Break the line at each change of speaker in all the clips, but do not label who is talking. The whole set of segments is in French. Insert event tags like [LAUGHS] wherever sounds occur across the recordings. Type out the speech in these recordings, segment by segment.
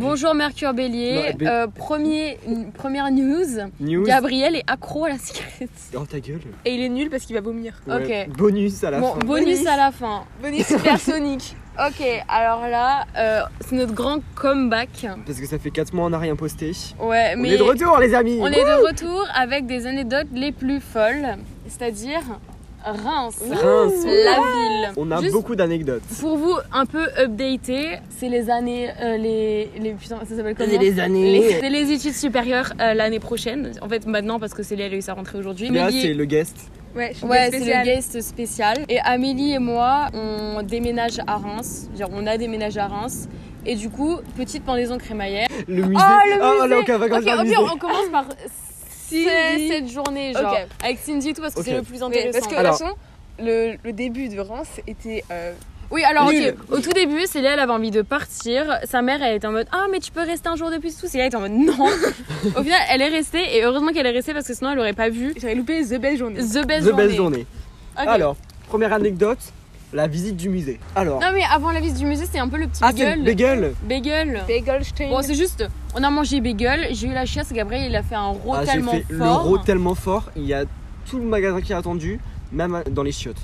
Bonjour Mercure Bélier.
Non, bé-
Euh, premier, n- première news.
News.
Gabriel est accro à la cigarette.
Dans ta gueule.
Et il est nul parce qu'il va vomir.
Ouais.
Ok.
Bonus à la
Bon,
fin.
bonus à la fin. [LAUGHS]
Venez supersonique.
Ok, alors là, euh, c'est notre grand comeback.
Parce que ça fait 4 mois on n'a rien posté.
Ouais,
On
mais
est de retour les amis.
on est de retour avec des anecdotes les plus folles, c'est-à-dire Reims,
Reims.
la ville.
On a
Juste
beaucoup d'anecdotes.
Pour vous, un peu updater, c'est les années, euh, les, les putain, ça s'appelle comment Les-
années.
C'est les études supérieures euh, l'année prochaine. En fait, maintenant, parce que Célia a réussi à rentrer aujourd'hui.
Là
Amélie-
c'est le guest.
Ouais, je suis
Ouais, c'est le
spéciale.
guest spécial. Et Amélie et moi, on déménage à Reims. Genre, on a déménagé à Reims. Et du coup, petite pendaison crémaillère.
Le musée.
Oh, le
Ah,
musée.
là, ok, on va
Ok,
commencer par
au
le musée.
pire, on commence par
Cindy.
c'est- cette journée, genre.
Ok.
Avec Cindy et tout, parce que
Ok.
c'est le plus
Oui,
intéressant.
parce que
Alors-
de toute façon, le, le début de Reims était. euh,
Oui, alors,
Nul.
ok, au tout début, Célia, elle avait envie de partir. Sa mère, elle était en mode Ah, mais tu peux rester un jour de plus, tout. Célia était en mode [LAUGHS] Non. au final, elle est restée, et heureusement qu'elle est restée, parce que sinon, elle aurait pas vu
J'aurais loupé The Belle Journée.
The Best
The
Journée.
best journée.
Ok.
Alors, première anecdote, la visite du musée. Alors,
Non, mais avant la visite du musée, c'était un peu le petit
ah, c'est
bagel.
le bagel.
Bagel.
Bagelstein.
Bon, c'est juste, on a mangé bagel, j'ai eu la chiasse, Gabriel il a fait un rot
Ah, j'ai
tellement
fait le
fort,
rot tellement fort, il y a tout le magasin qui a attendu, même dans les chiottes.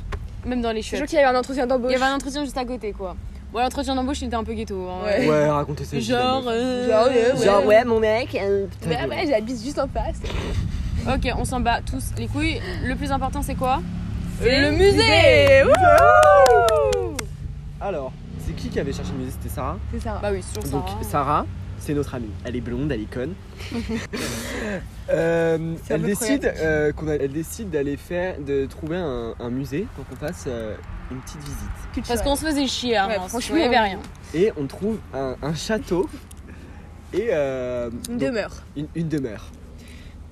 même dans les
je
chiottes.
crois qu'il y avait un entretien
Il
d'embauche.
y avait un entretien juste à côté quoi. Bon, l'entretien d'embauche il était un peu ghetto. hein.
Ouais.
Ouais, racontez ça.
Genre. Bah euh,
Genre, ouais,
Genre, ouais, mon mec. euh, putain,
Ah bah Ouais,
je-
ouais, j'habite juste en face.
Ok, on s'en bat tous les couilles. Le plus important c'est quoi
C'est
Le
le
musée
musée.
Alors, c'est qui qui avait cherché le musée C'était Sarah.
C'est ça.
Bah oui, c'est toujours
Donc,
ça. hein.
Sarah, c'est notre amie. Elle est blonde, elle est
[LAUGHS]
conne. Euh,
C'est un
elle,
peu
décide, euh, qu'on a- elle décide d'aller faire, de trouver un, un musée pour qu'on fasse euh, une petite visite.
Parce qu'on se faisait chier, hein,
Ouais,
on se-
franchement,
il y avait
on-
rien.
et on trouve un, un château et euh, donc,
Une demeure.
une- une demeure.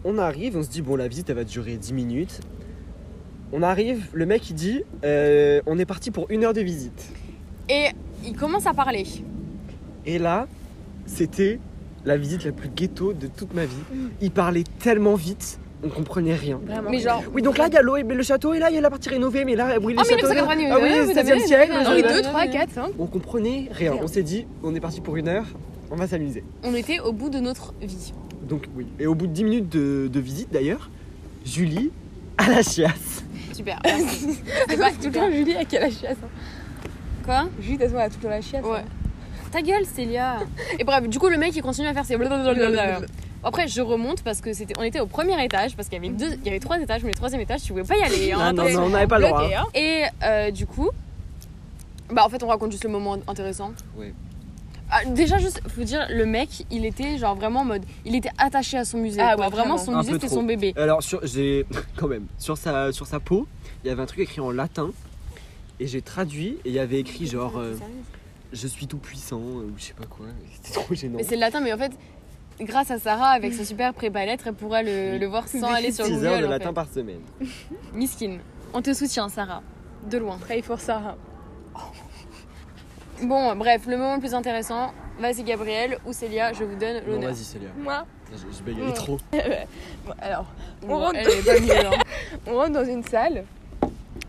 On arrive, on se dit, bon, la visite elle va durer 10 minutes. On arrive, le mec il dit, euh, on est parti pour une heure de visite.
Et il commence à parler.
Et là, c'était la visite la plus ghetto de toute ma vie. Il parlait tellement vite, on comprenait rien.
Vraiment.
Mais genre.
Oui, donc là, il y a l'eau et le château, et là, il y a la partie rénovée, mais là, oui, le
Oh,
château. là-
1981,
ah oui,
vous avez-
16e siècle.
vous avez-
Genre,
le
Ah oui,
château.
2, 3, 4, 5.
On comprenait rien. On s'est dit, on est parti pour une heure, on va s'amuser.
On était au bout de notre vie.
Donc oui. Et au bout de 10 minutes de, de visite d'ailleurs, Julie à la chiasse.
Super. merci. C'était pas
Tout le temps, Julie, à quelle la chiasse. hein.
Quoi
Julie, de toute façon, elle a tout le temps la chiasse.
Ouais.
hein.
Ta gueule, Célia. Et bref, du coup, le mec il continue à faire ses blablabla. Après, je remonte parce que c'était, on était au premier étage parce qu'il y avait deux, il y avait trois étages, mais le troisième étage, tu pouvais pas y aller. hein,
Ah non,
attention.
non, on n'avait pas le droit.
Bloqué, hein.
Et euh, du coup, bah en fait, on raconte juste le moment intéressant.
Ouais.
Ah, déjà, juste, faut dire, le mec, il était genre vraiment en mode, il était attaché à son musée.
Ah
quoi.
ouais,
vraiment,
clairement.
son
Un
musée
peu
c'était
trop.
son bébé.
Alors sur, j'ai [LAUGHS] quand même sur sa sur sa peau, il y avait un truc écrit en latin et j'ai traduit et il y avait écrit genre euh, je suis tout puissant euh, ou je sais pas quoi. C'était trop gênant.
Mais c'est le latin, mais en fait, grâce à Sarah avec sa super prépa lettres, elle pourra le, le voir sans aller sur
6
Google.
heures de
en
latin
fait.
par semaine.
Miskin, on te soutient, Sarah, de loin.
Pray for Sarah.
Bon, bref, le moment le plus intéressant, vas-y Gabriel ou Célia, je vous donne
Non,
l'honneur.
vas-y Célia.
Moi.
Je, je bégayais
Ouais.
trop.
Bon, alors,
Bon,
on rentre.
elle est pas nulle, hein.
on rentre dans une salle.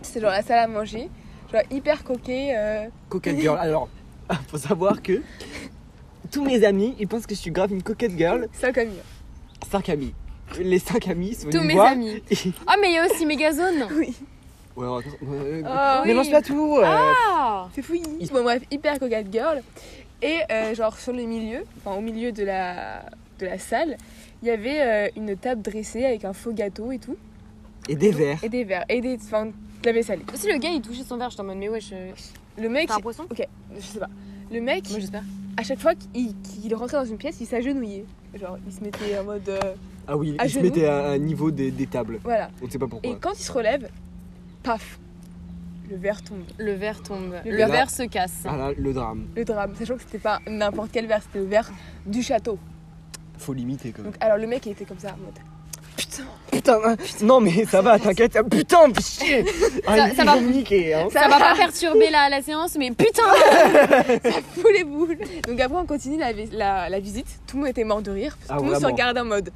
C'est genre la salle à manger. Genre hyper coquet. euh,
Coquette girl. Alors, [LAUGHS] faut savoir que tous mes amis, ils pensent que je suis grave une coquette girl.
ça comme mieux.
5 amis. Les 5 amis sont
Tous
venus me
mes
voir. [LAUGHS]
amis. Ah, mais il y a aussi Megazone.
[LAUGHS] Oui.
Ouais, alors, attends, euh,
Ah,
mélange
oui.
pas tout. euh,
Ah
C'est fouillis. Bon bref, hyper coquette girl. Et euh, genre sur le milieu, enfin au milieu de la, de la salle, il y avait euh, une table dressée avec un faux gâteau et tout.
Et des verres.
Et des verres. Et des, enfin, de la vaisselle.
Si le gars il touchait son verre, j'étais en mode, mais wesh, euh,
Le mec,
t'as un poisson
ok, je sais pas. Le mec,
Moi j'espère.
à chaque fois qu'il qu'il rentrait dans une pièce, il s'agenouillait. Genre, il se mettait en mode... euh,
Ah oui,
À
ils se
genoux.
mettaient à un niveau des, des tables.
voilà.
On ne sait pas
Et
pourquoi.
quand il se relève, paf, le verre tombe.
Le verre tombe.
Le
Le,
verre-
verre se casse.
Ah là, le drame.
Le drame, sachant que c'était pas n'importe quel verre, c'était le verre du château.
Faut limiter quand même.
Donc alors le mec il était comme ça en mode putain.
Putain, hein, non mais ça va, t'inquiète. ah, Putain, fais chier. Ah,
Ça-
ils
ça
ils
va.
vont me niquer, hein.
Ça va pas perturber la, la séance, mais putain
Fous les boules Donc après on continue la, vi- la- la visite, tout le monde était mort de rire, parce que
Ah,
tout le monde se
vraiment.
regarde en mode.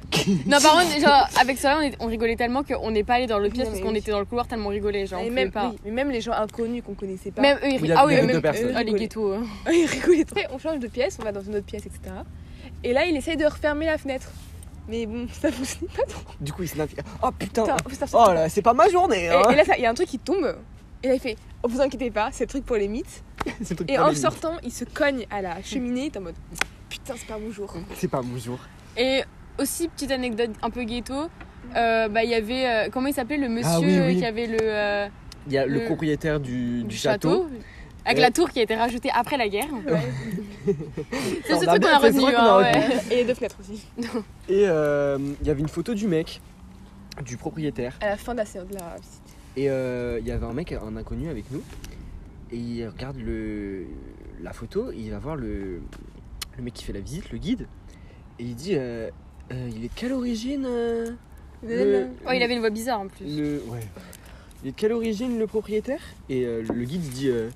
Non, par contre, genre, avec Célia, on, est- on rigolait tellement qu'on n'est pas allé dans le pièce
Non,
parce
mais
qu'on
oui.
était dans le couloir tellement on rigolait, genre, on
et
pouvait
même,
pas.
oui, mais même les gens inconnus qu'on connaissait pas. [LAUGHS]
Même eux, ils
Oui, il y
rigolaient.
a-
bah. Ah
il y
oui, même
a deux personnes.
même
eux, ah, les
eux
ghettos. hein.
ils rigolaient. Après on change de pièce, on va dans une autre pièce, etc. Et là, il essaye de refermer la fenêtre. Mais bon, [LAUGHS] ça fonctionne pas trop.
Du coup, il se navigue. Oh putain.
Putain, ça fonctionne
Oh là, c'est pas ma journée. hein.
pas. Et, et là, ça- il y a un truc qui tombe. Et là, il fait oh, Vous inquiétez pas, c'est le truc pour les mythes.
[LAUGHS] C'est le truc
Et
pas
en
béni.
sortant, il se cogne à la cheminée. T'es en mode Putain, c'est pas mon
[LAUGHS]
jour.
C'est pas mon jour.
Et aussi, petite anecdote un peu ghetto. euh, bah il y avait euh, comment il s'appelait le monsieur
Ah oui, oui.
qui avait le, euh,
Il y a le,
Le-
propriétaire du,
du
du château.
avec
Ouais.
la tour qui a été rajoutée après la guerre c'est
On
ce
a
truc qu'on
bien-
a
c'est ce
retenu
truc qu'on a
hein,
retenu.
ouais.
Et les deux fenêtres aussi.
Et euh, il y avait une photo du mec, du propriétaire.
À la fin de la séance de la visite.
Et euh, il y avait un mec, un inconnu avec nous. Et il regarde le, la photo et il va voir le, le mec qui fait la visite, le guide. Et il dit euh, Euh, Il est de quelle origine euh, le-
Oh, il avait une voix bizarre en plus
Le... Ouais. Et de quelle origine le propriétaire Et euh, le guide il dit euh,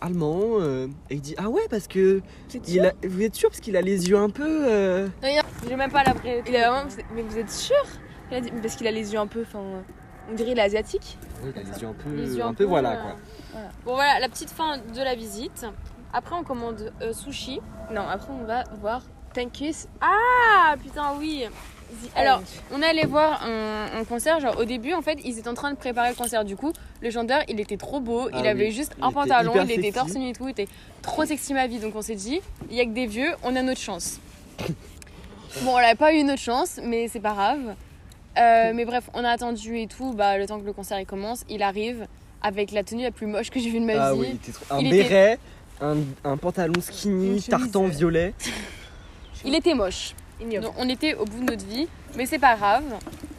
allemand. euh, et il dit ah ouais parce que
Vous êtes
il
sûr
a- vous êtes sûr parce qu'il a les yeux un peu. euh,
j'ai même pas la vraie
Il a vraiment. vous êtes- Mais vous êtes sûr Il a dit- Parce qu'il a les yeux un peu. Enfin, on dirait il est asiatique.
Ouais, il a les yeux un peu.
Les yeux
un peu, voilà
euh,
quoi.
Voilà.
Bon voilà, la petite fin de la visite. Après on commande euh, sushi.
Non, après on va voir Tankus.
Ah putain oui Alors on est allé voir un, un concert, genre au début en fait ils étaient en train de préparer le concert du coup le chanteur il était trop beau,
Ah
il
oui.
avait juste
Il
un
était
pantalon,
hyper
il était
sexy.
torse nu et tout, il était trop sexy ma vie donc on s'est dit il y a que des vieux, on a notre
[LAUGHS]
chance. bon on n'avait pas eu notre chance mais c'est pas grave. Euh, mais bref on a attendu et tout, bah, le temps que le concert il commence, il arrive avec la tenue la plus moche que j'ai vue de ma
Ah
vie.
oui, il était trop- un
Il était-
béret, un, un pantalon
Une
skinny,
chemise,
tartan
euh,
violet.
Il était moche.
Ignoble.
Donc, on était au bout de notre vie, mais c'est pas grave.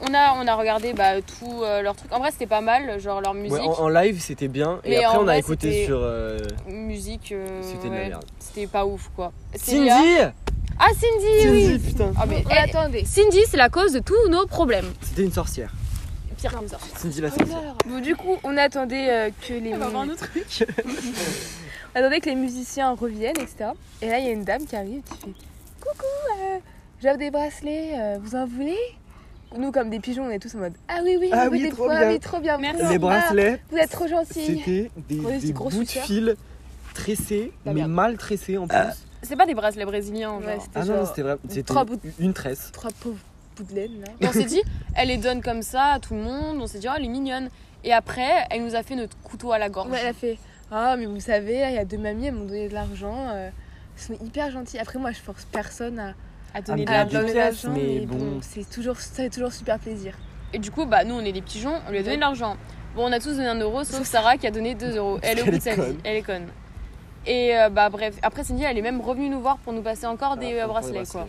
On a, on a regardé bah, tout euh, leur truc. En vrai, c'était pas mal, genre leur musique.
Ouais, en, en live c'était bien et
Mais
après
en
on a
vrai,
écouté
c'était-
sur. euh,
Musique, euh,
C'était de la
ouais,
merde.
c'était pas ouf quoi.
Cindy
Célia- Ah, Cindy,
Cindy
oui
putain
Ah, mais,
On
eh,
l'attendait.
Cindy, c'est la cause de tous nos problèmes.
C'était une sorcière.
Pire comme ça.
Cindy la sorcière.
Bon, du coup, on attendait euh, que les.
un autre
[LAUGHS] On attendait que les musiciens reviennent, etc. Et là, il y a une dame qui arrive qui fait Coucou, euh, j'offre des bracelets, euh, vous en voulez Nous, comme des pigeons, on est tous en mode Ah oui, oui,
Ah
on veut
oui,
des
trop
fois,
bien.
oui, trop bien.
Merci.
trop
Les
Ah,
bien.
bracelets,
Vous êtes trop gentils.
c'était des,
Ouais, c'est
des
gros
bouts de
suceur.
fil tressés,
La
mais
merde.
mal tressés en plus.
C'est pas des bracelets brésiliens, Ah, genre.
Ouais, c'était
Ah non,
genre
non, c'était vraiment c'était
trois bouts
une tresse.
trois pauvres bouts de laine là.
Et on s'est dit, elle les donne comme ça à tout le monde. On s'est dit, oh, elle est mignonne. Et après, elle nous a fait notre couteau à la gorge.
Ouais, elle a fait Ah, mais vous savez, là, il y a deux mamies, elles m'ont donné de l'argent. euh, elles sont hyper gentilles. Après, moi, je force personne à,
à donner de
Ah,
à
la
mais-
donner de
déteste,
l'argent,
mais
mais bon,
bon.
c'est toujours, ça fait toujours super plaisir.
Et du coup, bah, nous, on est des pigeons, on lui a donné de l'argent. Bon, on a tous donné un euro, sauf Sarah qui a donné 2 euros. Elle est au bout de sa
Parce qu'elle est
vie, elle est conne. Et euh, bah, bref, après Cindy, elle est même revenue nous voir pour nous passer encore des euh, bracelets, quoi.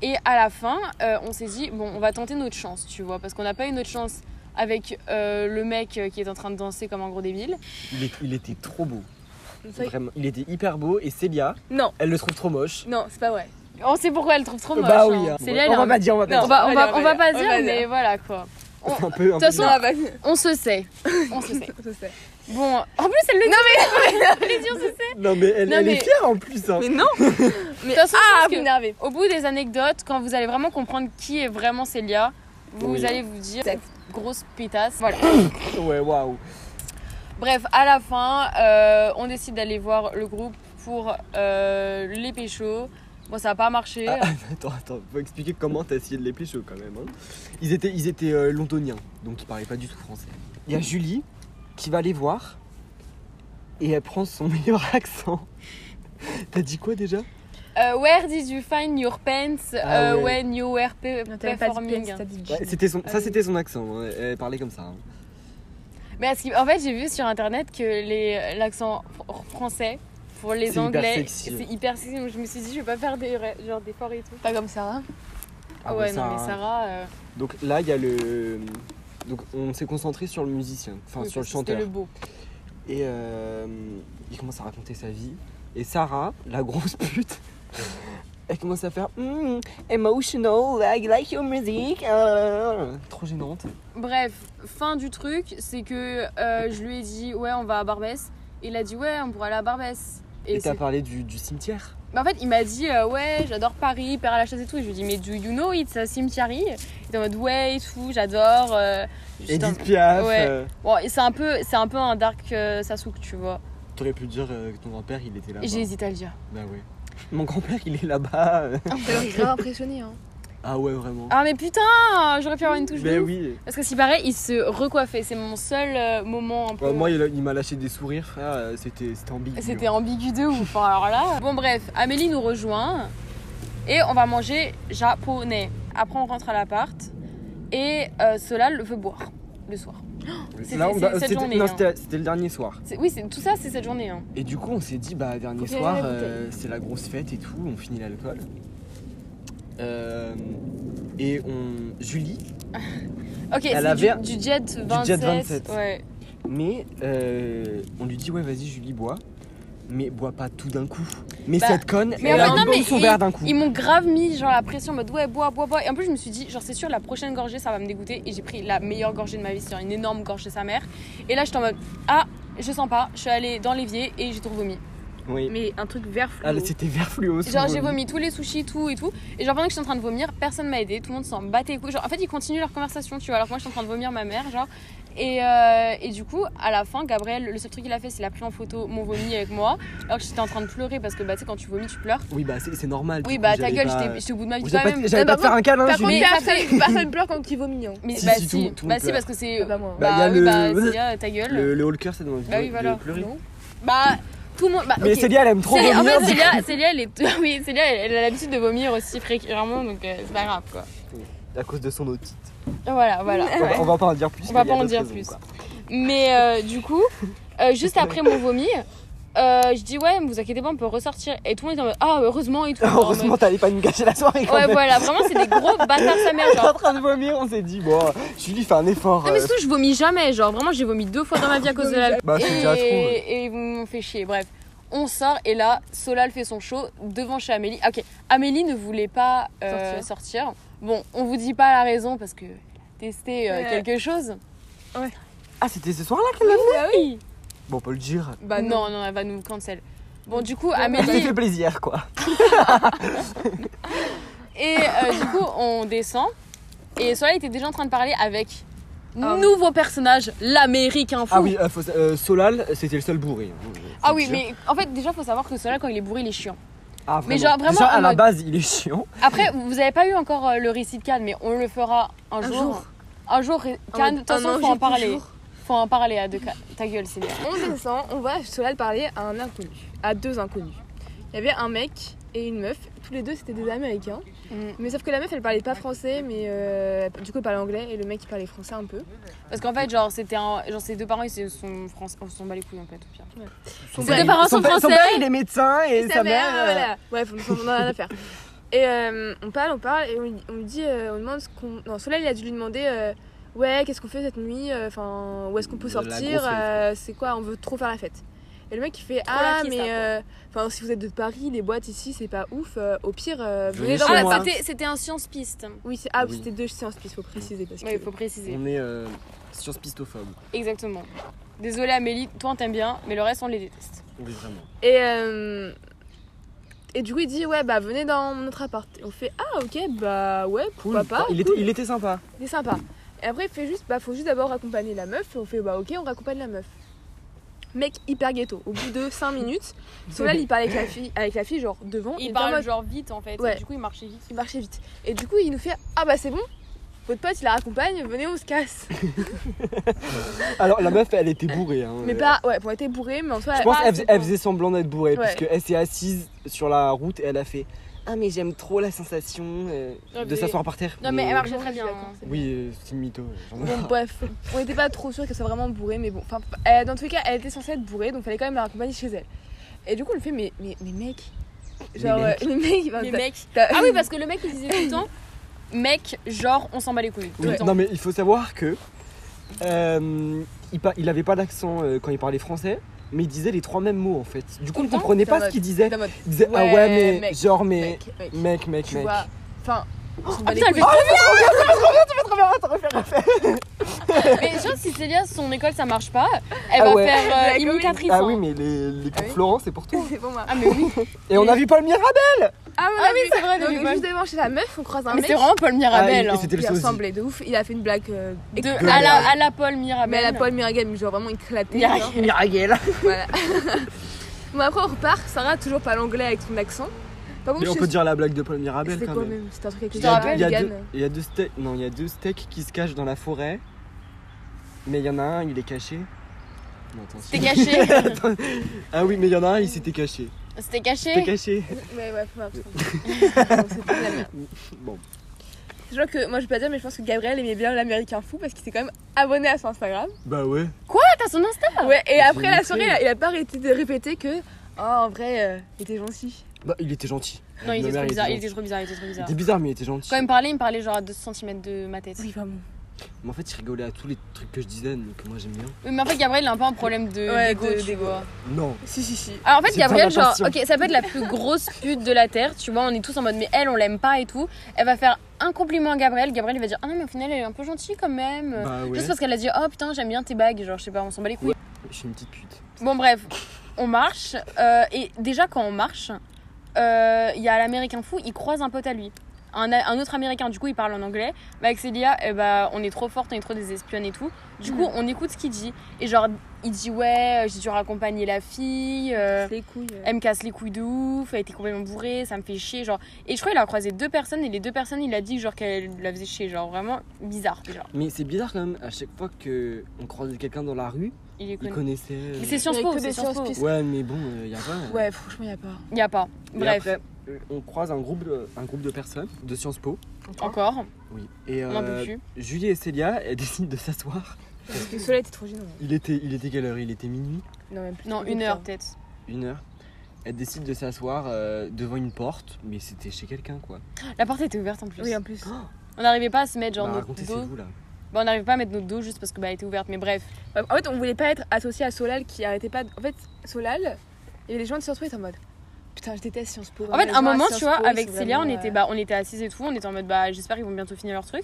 Et à la fin, euh, on s'est dit, bon, on va tenter notre chance, tu vois, parce qu'on n'a pas eu notre chance avec euh, le mec euh, qui est en train de danser comme un gros débile.
Il, est- il était trop beau.
Ça-
Vraiment. Il était hyper beau et Célia,
Non,
elle le trouve trop moche.
non, c'est pas vrai.
On sait pourquoi elle le trouve trop moche.
bah oui,
hein.
hein.
Célia, elle
on
est
va
un-
pas dire, on va pas
on
dire.
va, on va-
on va
on va pas
dire.
dire,
On va
mais
dire.
voilà quoi. on-
[LAUGHS] un peu, un
De toute
peu.
façon,
Non,
[LAUGHS]
bah, non,
On se sait. On se [LAUGHS] sait.
ça, c'est-
Bon, en plus, elle le dit. Non, mais [LAUGHS] elle le dit, on se sait.
Non mais elle,
Non,
elle
mais-
est fière en plus. hein.
Mais non
De toute façon, je
Ah,
pense
vous
que-
m'énervez.
Au bout des anecdotes, quand vous allez vraiment comprendre qui est vraiment Célia, vous
Oui.
allez vous dire
Cette
grosse pétasse. Voilà.
Ouais, waouh.
Bref, à la fin, euh, on décide d'aller voir le groupe pour euh, les péchos. Bon, ça n'a pas marché.
Ah, attends, attends, faut expliquer comment t'as essayé de les pécho quand même. hein. Ils étaient, ils étaient euh, londoniens, donc ils parlaient pas du tout français. Il y a Julie qui va les voir et elle prend son [LAUGHS] meilleur accent. T'as dit quoi déjà
Euh, where did you find your pants
Ah
euh,
ouais.
when you were pe-
Non, t'avais pas dit
performing
pièce, t'as dit
Ouais,
jean.
c'était son,
Ah
ça
oui.
c'était son accent, hein, elle parlait comme ça. hein.
Mais parce que- en fait, j'ai vu sur internet que les- l'accent fr- français pour les
C'est hyper
Anglais,
sexy.
c'est hyper sexy. Donc je me suis dit, je vais pas faire des ra- genre d'efforts et tout.
Pas comme ça, hein.
Ah
ouais,
bah,
non,
ça-
mais Sarah. euh,
Donc là, il y a le. Donc on s'est concentré sur le musicien, enfin
oui,
sur le
parce que c'était
chanteur.
le beau.
Et euh, il commence à raconter sa vie. Et Sarah, la grosse pute, [LAUGHS] elle commence à faire Hmm, emotional, I like your music. euh. Trop gênante.
Bref, fin du truc, c'est que euh, je lui ai dit ouais on va à Barbès. Et il a dit ouais on pourra aller à Barbès.
Et,
Et
t'as
c'est-
parlé du, du cimetière.
Bah, en fait il m'a dit euh, ouais j'adore Paris, Père à la chaise et tout. Et je lui ai dit mais do you know it's a cimetière Il était en mode ouais et tout, j'adore. euh, j'étais en-
Edith Piaf.
Ouais.
euh,
Bon, et c'est un peu c'est un peu un dark euh, Sasuke tu vois.
T'aurais pu dire euh, que ton grand-père il était là.
Et j'ai hésité à le dire.
Bah ouais. Mon grand-père, il est là-bas. [LAUGHS] euh.
Alors, il est grave impressionné. Hein.
Ah ouais, vraiment.
Ah mais putain, j'aurais pu avoir une touche
ben
de ouf.
oui.
Parce que si pareil, il se recoiffait. C'est mon seul euh, moment un peu.
Ouais, Bah, moi, il, a- il m'a lâché des sourires, frère. euh, C'était, c'était ambigu.
C'était ambigu de ouf. hein, alors là. Bon bref, Amélie nous rejoint et on va manger japonais. Après on rentre à l'appart et euh, Solal veut boire le soir. c'était-
Là, on-
c'est-
bah,
cette
c'était-
journée,
non,
hein.
c'était, c'était le dernier soir.
C'est- Oui, c'est tout ça, c'est cette journée. hein.
Et du coup, on s'est dit, bah, dernier
Faut
soir,
bien la
euh, c'est la grosse fête et tout, on finit l'alcool. Euh, et on. Julie,
Ok,
Elle
c'est
avait-
du, du jet 27.
jet 27.
Ouais.
mais euh, on lui dit, ouais, vas-y, Julie, bois. Mais bois pas tout d'un coup. Mais
Bah,
cette conne,
mais
elle
en
a
fait, non, mais
bu son
il-
verre d'un coup.
Ils m'ont grave mis genre la pression en mode ouais bois bois bois et en plus je me suis dit genre c'est sûr la prochaine gorgée ça va me dégoûter et j'ai pris la meilleure gorgée de ma vie c'est une énorme gorge de sa mère et là j'étais en mode ah je sens pas je suis allée dans l'évier et j'ai trop vomi
Oui.
Mais un truc vert fluo.
Ah, là, c'était vert fluo. son
genre j'ai vomi tous les sushis tout et tout et genre pendant que je suis en train de vomir personne m'a aidé tout le monde s'en battait les couilles. genre en fait ils continuent leur conversation tu vois alors que moi je suis en train de vomir ma mère genre et, euh, et du coup à la fin Gabriel le seul truc qu'il a fait c'est qu'il a pris en photo mon vomi avec moi alors que j'étais en train de pleurer parce que bah tu sais quand tu vomis tu pleures
Oui, bah, c'est, c'est normal. du
oui
coup,
bah ta
j'allais
gueule
pas-
j'étais j'étais au bout de ma vie
J'allais
quand
pas,
même.
j'allais
Bah,
pas te faire un câlin,
par
Julie.
contre,
Mais
Mais
personne, personne pleure quand il vomit. Hein.
Mais
Si,
bah
si,
si,
tout le monde- tout le
bah
monde
si
pleure.
parce que c'est
Ah bah moi.
bah,
Bah, il y a
oui,
le-
bah, c'est, euh, ta gueule.
Le, le holker, ça donne envie
Bah
de-
oui,
de
voilà.
pleurer.
Non.
Bah tout le monde bah,
Mais
ok.
Célia, elle aime trop
Célia-
vomir.
en fait, Célia, Célia, elle est- [LAUGHS] oui, Célia, elle a l'habitude de vomir aussi fréquemment, donc euh, c'est pas grave quoi.
À cause de son otite.
Voilà,
[LAUGHS]
voilà.
On va-
ouais.
On va pas en dire plus.
On va
mais il y a
pas en
d'autres
dire
raisons,
plus.
quoi.
Mais euh, du coup, euh, juste après mon vomi, euh, je dis ouais, mais vous inquiétez pas, on peut ressortir. Et tout le monde est en mode ah heureusement et tout. Genre, en
[LAUGHS] Heureusement, t'allais pas nous gâcher la soirée
mode-
quand
Ouais,
même.
voilà, vraiment c'est des gros bâtards sa mère.
J'étais en [LAUGHS]
Genre.
train de vomir, on s'est dit, bon, Julie fait un effort.
Non mais
euh,
surtout je vomis jamais, genre vraiment j'ai vomi deux fois dans ma vie à cause de la
Bah, c'est déjà trop. ouais.
et, et vous m'ont fait chier. Bref, on sort et là, Solal fait son show devant chez Amélie. Ok, Amélie ne voulait pas euh, sortir.
Sortir.
Bon, on vous dit pas la raison parce que tester euh,
Ouais.
quelque chose.
Ah, c'était ce soir-là qu'elle
Oui,
l'a fait
bah oui.
Bon, on peut le dire.
Bah non, non, elle va nous cancel. Bon, du coup,
Ça lui
Amélie
fait plaisir, quoi.
et euh, du coup, on descend et Solal était déjà en train de parler avec
Ah oui.
nouveau personnage, l'Américain fou.
Ah oui, euh, faut sa- euh, Solal, c'était le seul bourré. hein, faut
Ah
le
oui,
dire.
mais en fait, déjà, faut savoir que Solal, quand il est bourré, il est chiant.
Ah,
mais genre, vraiment,
Déjà,
en
à la
mode-
base, il est chiant.
Après, vous n'avez pas eu encore euh, le récit de Cannes, mais on le fera un,
Un
jour.
jour. Ah
Un jour, ré- Cannes, de toute
Un
façon,
ange
faut en
est
parler.
toujours.
Faut en parler à deux. ca- Ta gueule, c'est bien.
On descend, on voit Solal parler à un inconnu, à deux inconnus. Il y avait un mec et une meuf, tous les deux c'était des américains.
Mm.
Mais sauf que la meuf elle parlait pas français, mais euh, du coup elle parlait anglais et le mec il parlait français un peu.
Parce qu'en fait, genre, c'était un... genre, ses deux parents, ils se sont, France... on s'en bat les couilles, en fait, au pire.
Son
deux
père-
parents
son
sont
père- Son
français.
père, il est médecin et, sa mère. euh,
voilà. Ouais, on en a rien à
[LAUGHS]
faire. Et euh, on parle, on parle et on, lui- on lui dit, euh, on demande ce qu'on. Non, Solal il a dû lui demander. euh, Ouais, qu'est-ce qu'on fait cette nuit euh, Enfin, où est-ce qu'on peut
La grosse
sortir
fête.
Euh, C'est quoi On veut trop faire la fête. Et le mec il fait
la
Ah,
fiesta,
mais
quoi.
euh, enfin si vous êtes de Paris, les boîtes ici c'est pas ouf. euh, au pire, euh,
Venez
venez dans
chez
la
moi.
boîte.
Ah, c'était, c'était un science-piste.
Oui, c'est- ah,
Oui.
c'était deux séances il faut préciser parce que.
Ouais, il faut préciser.
On est euh, sur Spistophobe.
Exactement. Désolée, Amélie, toi, on t'aime bien, mais le reste, on les déteste.
Oui, vraiment.
Et, euh, et du coup, il dit Ouais, bah venez dans notre appart. Et on fait Ah, ok, bah ouais, pourquoi pas
il,
cool.
était, il était sympa.
C'est sympa. Et après, il fait juste, bah, faut juste d'abord accompagner la meuf. Et on fait, bah, ok, on raccompagne la meuf. Mec hyper ghetto. Au bout de
[LAUGHS]
5 minutes, Solal il parle avec la fille, avec la fille genre devant.
Il
était en
parle
mode-
genre vite, en fait.
Ouais.
et du coup, il marchait vite.
il marchait vite. Et du coup, il nous fait, ah bah c'est bon, votre pote il la raccompagne, venez, on se casse.
Alors, la meuf, elle était bourrée. hein.
Mais pas, ouais, pour être bourré, mais en soi,
Je pense
Ah,
qu'elle
c'est
faisait, elle
bon.
faisait semblant d'être bourrée,
Ouais.
puisque elle s'est assise sur la route et elle a fait Ah, mais j'aime trop la sensation euh,
Non,
de
mais-
s'asseoir par terre.
Non, mais elle marchait
Ouais,
très bien.
je suis d'accord,
hein.
c'est bon.
Oui, euh, c'est une mytho. j'en ai
Bon, [LAUGHS]
marre.
bref, on était pas trop sûr qu'elle soit vraiment bourrée, mais bon, enfin, euh, dans tous les cas, elle était censée être bourrée, donc fallait quand même la raccompagner chez elle. Et du coup, on lui fait, mais, mais, mais mec,
Mais
genre,
mec.
euh, le mec, il va
Les
t'as-
mecs.
t'as-
Ah oui, parce que le mec, il disait [LAUGHS] tout le temps, mec, genre, on s'en bat les couilles. Tout
Oui,
le temps.
Non, mais il faut savoir que euh, il, pa- il avait pas d'accent euh, quand il parlait français. Mais il disait les trois mêmes mots en fait. Du
Tout
coup, on
le temps,
comprenait
c'est
pas
en
ce
mode-
qu'il disait.
[LAUGHS] t'es en mode,
Il disait ah
Ouais,
ouais, mais
mec,
genre, mais.
mec, mec.
Mec, mec,
tu
mec.
vois. Enfin, on
Ah, putain, elle fait Mais genre, si Célia, son école ça marche pas, elle
Ah
va
ouais.
faire euh, [LAUGHS]
La
imitatrice.
Ah
hein.
oui, mais les, les cours
Ah oui.
Florent, c'est pour toi.
C'est pour moi.
Ah, mais oui,
Et on a vu Paul Mirabel
Ah, on
Ah
a
oui,
vu.
c'est vrai,
Donc,
David Bowie.
juste devant chez la meuf, on croise un
Mais
mec.
c'est vraiment Paul Mirabel.
Ah, et- et
hein.
c'était le
Il
sosie.
ressemblait de ouf. Il a fait une blague euh,
De-
éclatée.
à, la, à la Paul Mirabel.
Mais à la Paul Miragel, mais genre vraiment éclatée.
Miragel.
genre. Voilà. bon, après, on repart. Sarah, toujours pas l'anglais avec son accent. Par contre,
Mais on
je
peut
sais-
dire la blague de Paul Mirabel
C'était
quand
quoi
même.
même C'était un truc avec
Je
les
te
Il y a
rappelle,
deux- il y a
Yann.
deux- Il y a deux steaks. Non, il y a deux steaks qui se cachent dans la forêt. Mais il y en a un, il est caché. Non, attends,
C'était
si-
caché.
[LAUGHS] Attends. ah oui, mais il y en a un, il s'était caché.
C'était
C'était
caché.
caché.
Ouais, ouais, faut pas
[LAUGHS]
apprendre. C'est pas la merde.
Bon,
Je vois que moi je vais pas dire, mais je pense que Gabriel aimait bien l'américain fou parce qu'il s'est quand même abonné à son Instagram.
bah ouais.
Ah, t'as son Insta
Ouais, et
j'ai
après la
montré.
soirée, il a- il a pas arrêté de répéter que, oh, en vrai, euh, il était gentil.
Bah, il était gentil.
Non, il
Ma
était
mère,
trop bizarre. Il
gentil.
était trop bizarre. Il était trop
Il
bizarre.
était bizarre, mais il était gentil.
Quand il me parlait, il me parlait genre à 2 cm de ma tête.
Oui, vraiment.
Mais en fait, il rigolait à tous les trucs que je disais, donc que moi j'aime bien.
Oui, mais en fait, Gabriel, il a un peu un problème de
Ouais,
d'ego,
de-
tu
d'ego.
vois.
Non.
Si, si, si.
Alors en fait,
C'est pas
Gabrielle,
ma
genre,
passion.
ok, ça peut être la plus grosse pute de la Terre, tu vois, on est tous en mode, mais elle, on l'aime pas et tout. Elle va faire un compliment à Gabrielle, Gabrielle, il va dire, ah non, mais au final, elle est un peu gentille quand même.
Bah ouais.
Juste parce qu'elle a dit, oh putain, j'aime bien tes bagues, genre, je sais pas, on s'en bat les couilles.
Je suis une petite pute.
Bon, bref, on marche, euh, et déjà, quand on marche, euh, il y a l'américain fou, il croise un pote à lui. Un, un autre américain, du coup, il parle en anglais. Bah, avec Célia, eh bah, on est trop forte, on est trop des espionnes et tout. Du
Mhm.
coup, on écoute ce qu'il dit. Et genre, il dit, ouais, j'ai dû raccompagner la fille. euh,
Les couilles. euh.
elle me casse les couilles de ouf, elle était complètement bourrée, ça me fait chier, genre. Et je crois qu'il a croisé deux personnes et les deux personnes, il a dit genre qu'elle la faisait chier, genre vraiment bizarre, genre.
Mais c'est bizarre quand même, à chaque fois que on croisait quelqu'un dans la rue,
Il est
il
connu.
connaissait. euh,
Mais c'est Sciences
Il y a
Po,
que
c'est
des
Sciences Po.
sciences
Ouais, mais bon, euh, y a pas.
Eh, Ouais, franchement, y a pas.
Il y a pas.
Et
Bref,
après, euh, on croise un groupe, de- un groupe de personnes de Sciences Po.
encore,
Oui. Et
on en peut
euh,
plus.
Julie et Célia, elles décident de s'asseoir.
Parce que le soleil était trop gênant.
Il était, il était quelle heure Il était minuit
Non, même plus.
Non, une heure peut-être.
Une heure. Elles décident de s'asseoir euh, devant une porte, mais c'était chez quelqu'un quoi.
La porte était ouverte en plus.
Oui, en plus.
Oh.
On n'arrivait pas à se mettre genre
bah,
notre
racontez, c'est
dos.
vous là.
Bah, on n'arrivait pas à mettre notre dos juste parce que bah elle était ouverte, mais bref.
Euh, En fait, on voulait pas être associé à Solal qui arrêtait pas. de- En fait, Solal, il y avait des gens de Sciences Po ils étaient en mode Putain, je déteste Sciences Po.
En fait,
Les
un
gens à
moment,
Sciences
tu vois,
Po, ils
avec
sont
Célia, on
vraiment,
était,
euh,
bah, on était assises et tout, on était en mode, bah, j'espère qu'ils vont bientôt finir leur truc.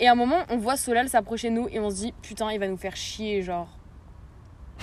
Et à un moment, on voit Solal s'approcher de nous et on se dit, putain, il va nous faire chier, genre.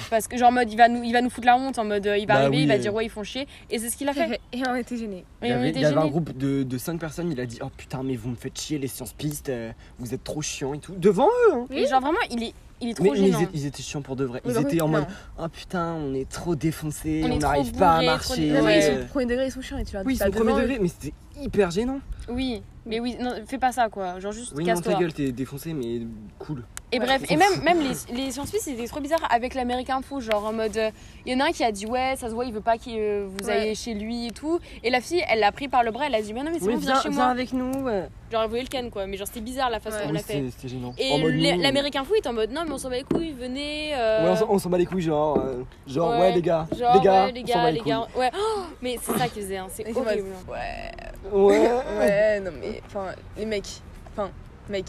Parce que, genre, en mode, il va nous, il va nous foutre la honte, en mode, euh, il va
Bah
arriver,
oui,
il va
euh.
dire, ouais, ils font chier. Et c'est ce qu'il a
[LAUGHS]
fait.
Et et on était gênés.
Il y
Et on
avait,
était
il y avait un
gênés.
groupe de, de 5 personnes, il a dit Oh putain, mais vous me faites chier les sciences pistes, euh, vous êtes trop chiants et tout. Devant eux
Et genre, vraiment, il est, il est
Mais,
trop
mais
gênant.
ils, étaient- ils étaient chiants pour de vrai. Ils
Oui, bah,
étaient en
oui,
mode
non.
Oh putain, on est trop défoncés,
On est trop
on n'arrive pas à
bourrés, trop
marcher. euh.
dé-
Non, mais ils
Ouais. Bah,
sont premier degré, ils sont chiants et tu leur dis
Oui, ils
pas
sont au premier
devant eux.
degré, mais c'était hyper gênant.
Oui, mais oui, non, fais pas ça, quoi. Genre, juste,
Oui, non,
casse-toi.
ta gueule, t'es défoncé, mais cool.
Et
Ouais.
bref, et même, même
[LAUGHS]
les, les sciences suisses, c'était trop bizarre avec l'américain fou. Genre en mode, euh, il y en a un qui a dit ouais, ça se voit, il veut pas que euh, vous
Ouais.
ayez chez lui et tout. Et la fille, elle l'a pris par le bras, elle a dit mais non, mais c'est bon, viens, euh. chez moi.
avec nous. ouais.
Genre elle voulait le ken quoi, mais genre c'était bizarre la façon
Ouais.
dont on
Oui,
l'a fait.
c'était c'était gênant. En
Et
mode,
l'A-
nous,
l'américain fou, il était en mode non, mais on s'en bat les couilles, venez.
on-
euh,
Ouais, on s'en- on s'en bat les couilles, genre, euh, genre ouais, les gars,
Genre,
les gars,
ouais, les
on s'en bat
gars, les
les
gars. Ouais, Oh, mais c'est ça qu'ils faisaient, hein,
Ils
c'est
sont en mode,
horrible.
Ouais,
couilles. Ouais.
ouais, non, mais enfin, les mecs. Enfin, mec.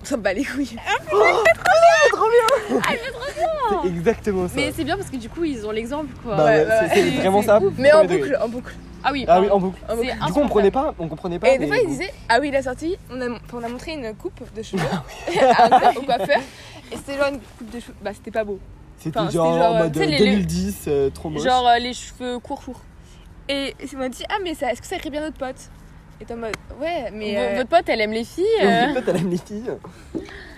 On s'en bat les couilles.
C'est exactement ça.
Mais c'est bien parce que du coup, ils ont l'exemple quoi.
Bah ouais,
ouais, ouais.
c'est- c'est vraiment ça.
Mais en
premier degré.
boucle, en boucle.
Ah oui,
Ah oui,
pardon.
en boucle.
En
C'est
boucle.
Du coup, on prenait pas, on comprenait pas.
Et des
mais
fois, ils
bon.
disaient Ah oui, il a sorti, on a, enfin, on a montré une coupe de cheveux
Ah
[LAUGHS] à un coiffeur- au coiffeur. Et c'était genre une coupe de cheveux. Bah, c'était pas beau.
C'était
Enfin,
genre,
c'était genre,
en mode
tu sais, les-
2010, euh, trop moche.
Genre euh, les cheveux courts. courts.
Et ils m'ont dit Ah, mais ça, est-ce que ça irait bien notre pote Et t'es en mode Ouais, mais.
Vo-
euh,
Votre pote, elle aime les filles.
Et on
euh.
dit, Toi, t'as la mnésie.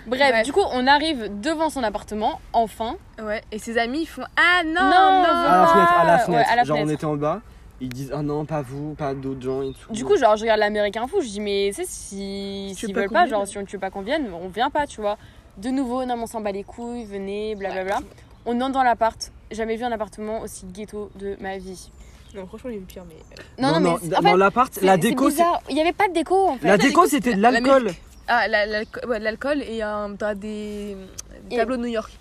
Bref,
Ouais.
du coup, on arrive devant son appartement, enfin.
euh, Ouais, et ses amis ils font Ah non,
Non,
non,
À la
Ah,
fenêtre, à la
ouais,
fenêtre.
à la
genre, on
fenêtre.
était en bas. Ils disent, ah non, pas vous, pas d'autres gens et tout.
Du coup, genre, je regarde l'américain fou, je dis, mais tu sais, si-
Tu
s'ils
veux pas
veulent
qu'on
pas,
vienne
genre, si on ne veut pas qu'on vienne, on vient pas, tu vois. De nouveau, non, mais on s'en bat les couilles, venez, blablabla. On entre dans l'appart, jamais vu un appartement aussi ghetto de ma vie.
Non, franchement, il est pire, mais. euh,
Non, non, mais en
dans
fait,
l'appart,
c'est-
la
c'est
déco, c'est-
bizarre. Il n'y avait pas de déco en fait.
la déco, c'était de
la
l'alcool.
musique. Ah, la- l'alco- ouais, l'alcool et un, t'as des des
Et-
tableaux de New York.